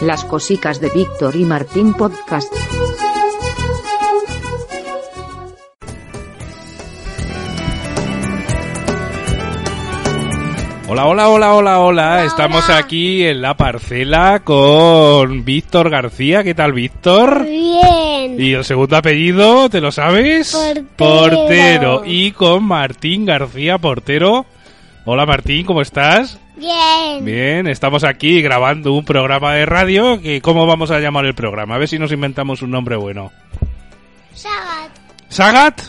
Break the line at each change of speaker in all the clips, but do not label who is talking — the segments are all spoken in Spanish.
Las cosicas de Víctor y Martín Podcast.
Hola, hola, hola, hola, hola. Estamos aquí en la parcela con Víctor García. ¿Qué tal, Víctor?
Bien.
Y el segundo apellido, ¿te lo sabes?
Portero.
Portero. Y con Martín García, portero. Hola, Martín, ¿cómo estás?
Bien.
Bien, estamos aquí grabando un programa de radio. Que, ¿Cómo vamos a llamar el programa? A ver si nos inventamos un nombre bueno.
Sagat.
¿Sagat?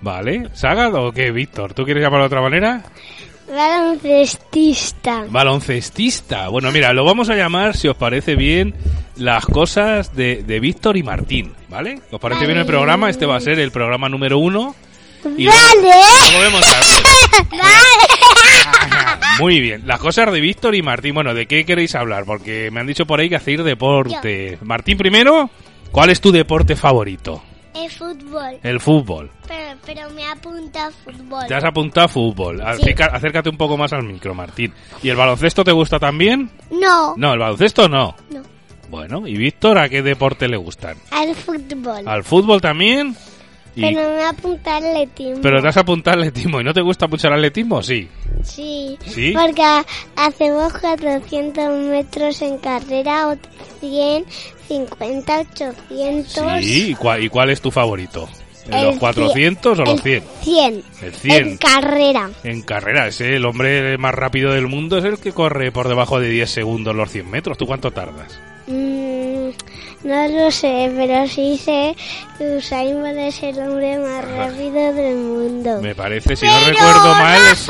Vale, ¿Sagat o qué, Víctor? ¿Tú quieres llamarlo de otra manera?
Baloncestista.
Baloncestista. Bueno, mira, lo vamos a llamar, si os parece bien, las cosas de, de Víctor y Martín, ¿vale? ¿Os parece bien el programa? Este va a ser el programa número uno. Y lo-
Vale.
lo vemos a- Muy bien, las cosas de Víctor y Martín. Bueno, ¿de qué queréis hablar? Porque me han dicho por ahí que hacéis deporte. Martín, primero, ¿cuál es tu deporte favorito?
Es fútbol.
El fútbol.
Pero, pero me apunta a fútbol.
Te has apuntado a fútbol. Acerca- acércate un poco más al micro, Martín. ¿Y el baloncesto te gusta también?
No.
No, el baloncesto no.
No.
Bueno, ¿y Víctor a qué deporte le gustan?
Al fútbol.
¿Al fútbol también? Ah, Y-
Pero me apunta al atletismo.
pero te has apuntado al atletismo. ¿Y no te gusta mucho el atletismo? Sí.
Sí.
¿Sí?
Porque ha- hacemos 400 metros en carrera o 100, 50, 800.
Sí. ¿Y cuál, y cuál es tu favorito?
El
¿Los 400 o
cien-
los 100?
El 100.
El 100.
En carrera.
En carrera, ese, el hombre más rápido del mundo es el que corre por debajo de 10 segundos los 100 metros. ¿Tú cuánto tardas?
Mm, no lo sé, pero sí sé que Usain Bolt es el hombre más rápido del mundo.
Me parece, si no recuerdo mal, es...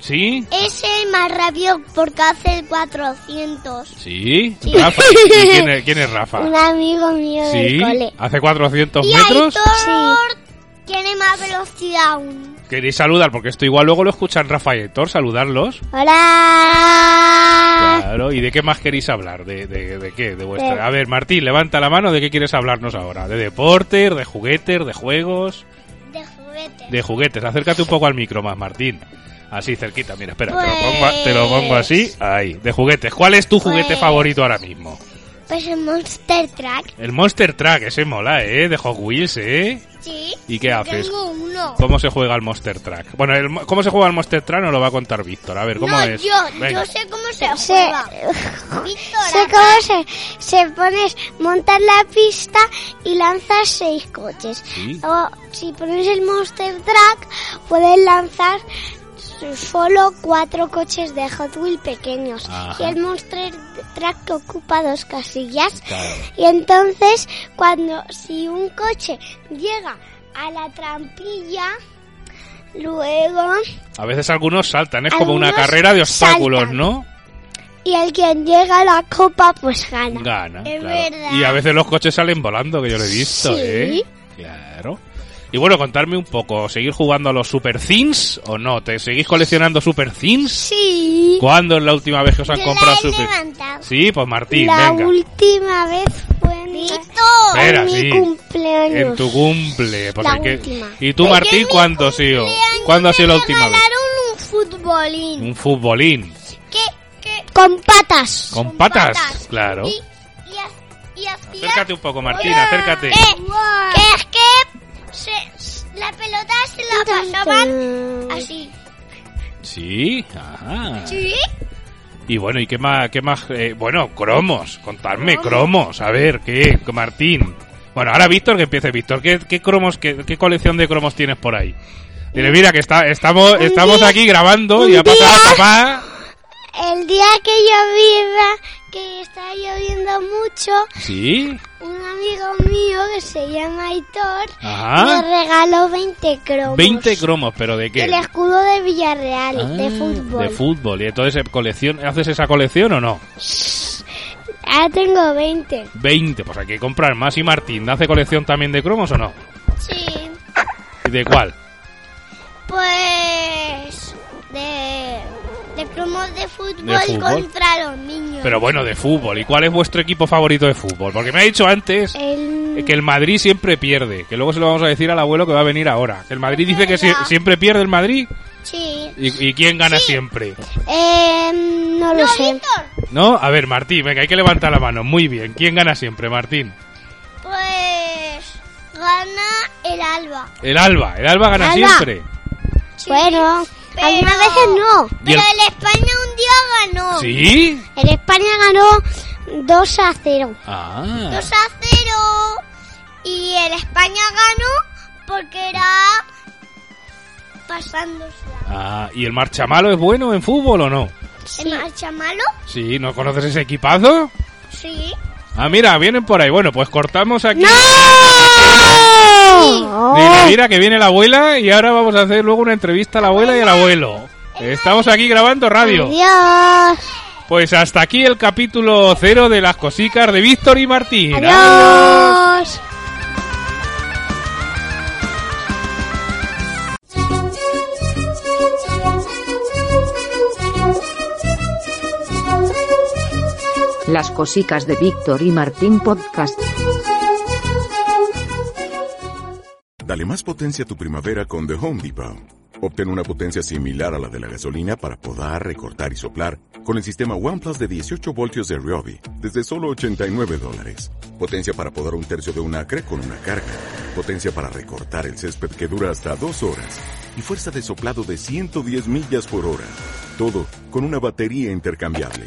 ¿Sí?
es el más rápido porque hace el 400.
¿Sí?
Sí.
Rafa. ¿Y quién, es, quién es
Un
Rafa?
amigo mío
¿Sí?
del cole.
¿Hace 400 metros?
tiene más velocidad aún.
¿Queréis saludar? Porque esto igual luego lo escuchan Rafa y Héctor, saludarlos.
Hola.
Claro, ¿y de qué más queréis hablar? ¿De, de, de qué? De vuestra... A ver, Martín, levanta la mano, ¿de qué quieres hablarnos ahora? ¿De deportes, de juguetes, de juegos?
De juguete.
De juguetes, acércate un poco al micro más, Martín. Así, cerquita, mira, espera, te, lo pongo,
Pues-
te lo pongo así, ahí, de juguetes. ¿Cuál es tu juguete
Pues-
favorito ahora mismo?
Pues el Monster Track.
El Monster Truck, ese mola, ¿eh? De Hot Wheels, ¿eh?
Sí.
¿Y qué haces?
uno.
¿Cómo se juega el Monster Truck? Bueno, el mo- ¿cómo se juega el Monster Truck? Nos lo va a contar Víctor. A ver, ¿cómo
no,
es?
yo,
Venga.
yo sé cómo se
Se,
juega. Víctor,
sé cómo se, se pones, montas la pista y lanzas seis coches.
Sí.
O si pones el Monster Truck, puedes lanzar solo cuatro coches de Hot Wheels pequeños.
Ajá.
Y el Monster Truck ocupa dos casillas.
Claro.
Y entonces, cuando si un coche llega a la trampilla, luego
A veces algunos saltan, es como una
Algunos
carrera de obstáculos,
saltan.
¿no?
y el quien llega a la copa pues gana.
Gana.
Es
claro.
verdad.
Y a veces los coches salen volando, que yo lo he visto,
Sí.
¿eh? Claro. Y bueno, contarme un poco, ¿seguir jugando a los Super Things o no? ¿Te seguís coleccionando Super Things?
Sí.
¿Cuándo es la última vez que os han
Yo
comprado
la he
Super
levantado.
Sí, pues Martín,
la
venga.
última vez fue en,
Víctor.
en
Espera,
mi
sí.
cumpleaños.
En tu cumple. pues
La
hay que-
última.
¿Y tú, Martín, cuándo ha sido? ¿Cuándo ha sido la última vez? Mm.
Regalaron un futbolín.
Un futbolín.
¿Qué? ¿Qué?
Con patas.
¿Con,
Con
patas?
patas.
Claro.
Y, y, ha- y hacía...
Acércate un poco, Martín, acércate.
¿Qué? Que es que se- s- la pelota se la pasaban así.
Sí, ajá.
¿Sí?
Y bueno, ¿y qué más? Qué más eh, bueno, cromos, contadme, cromos. A ver, ¿qué? Martín. Bueno, ahora Víctor, que empiece Víctor. ¿Qué, qué cromos, qué, qué colección de cromos tienes por ahí? Dile, mira, que está, estamos,
Un
estamos
día-
aquí grabando
un
y ha pasado
día-
papá.
El día que yo viva, que está lloviendo mucho,
¿Sí?
un amigo mío que se llama Aitor
Ajá.
me regaló 20 cromos.
20 cromos, pero ¿de qué?
El escudo de Villarreal, de
Ah,
fútbol.
De fútbol. Y entonces eh, colección, ¿haces esa colección o no?
Ahora tengo 20.
20, pues hay que comprar más. ¿Y Martín hace colección también de cromos o no?
Sí.
¿Y de cuál?
Pues de, de cromos de fútbol,
¿De fútbol?
contra los niños.
Pero bueno, de fútbol. ¿Y cuál es vuestro equipo favorito de fútbol? Porque me ha dicho antes
El...
que el Madrid siempre pierde. Que luego se lo vamos a decir al abuelo que va a venir ahora. Que el Madrid dice que sie- siempre pierde el Madrid.
sí.
¿Y, y quién gana siempre?
Em, no lo
No,
sé.
Víctor,
¿No? A ver, Martín, venga, hay que levantar la mano. Muy bien. ¿Quién gana siempre, Martín?
pues gana el Alba.
El Alba. El Alba gana
Alba.
siempre.
Bueno,
pero-
algunas veces no.
¿Y el-
Pero el España un día ganó.
¿Sí?
El España ganó 2 a 0.
Ah.
2 a 0. Y el España ganó porque era pasándose.
Ah, ¿y el marchamalo es bueno en fútbol o no?
¿El marcha malo?
Sí, ¿no conoces ese equipazo?
Sí.
Ah, mira, vienen por ahí. Bueno, pues cortamos aquí.
¡No!
Mira, mira, que viene la abuela y ahora vamos a hacer luego una entrevista a la abuela y al abuelo. Estamos aquí grabando radio.
Adiós.
Pues hasta aquí el capítulo cero de las cosicas de Víctor y Martín.
Adiós.
Las cosicas de Víctor y Martín Podcast.
Dale más potencia a tu primavera con The Home Depot. Obtén una potencia similar a la de la gasolina para podar, recortar y soplar con el sistema OnePlus de 18 voltios de Ryobi desde solo 89 dólares. Potencia para podar un tercio de un acre con una carga. Potencia para recortar el césped que dura hasta dos horas. Y fuerza de soplado de 110 millas por hora. Todo con una batería intercambiable.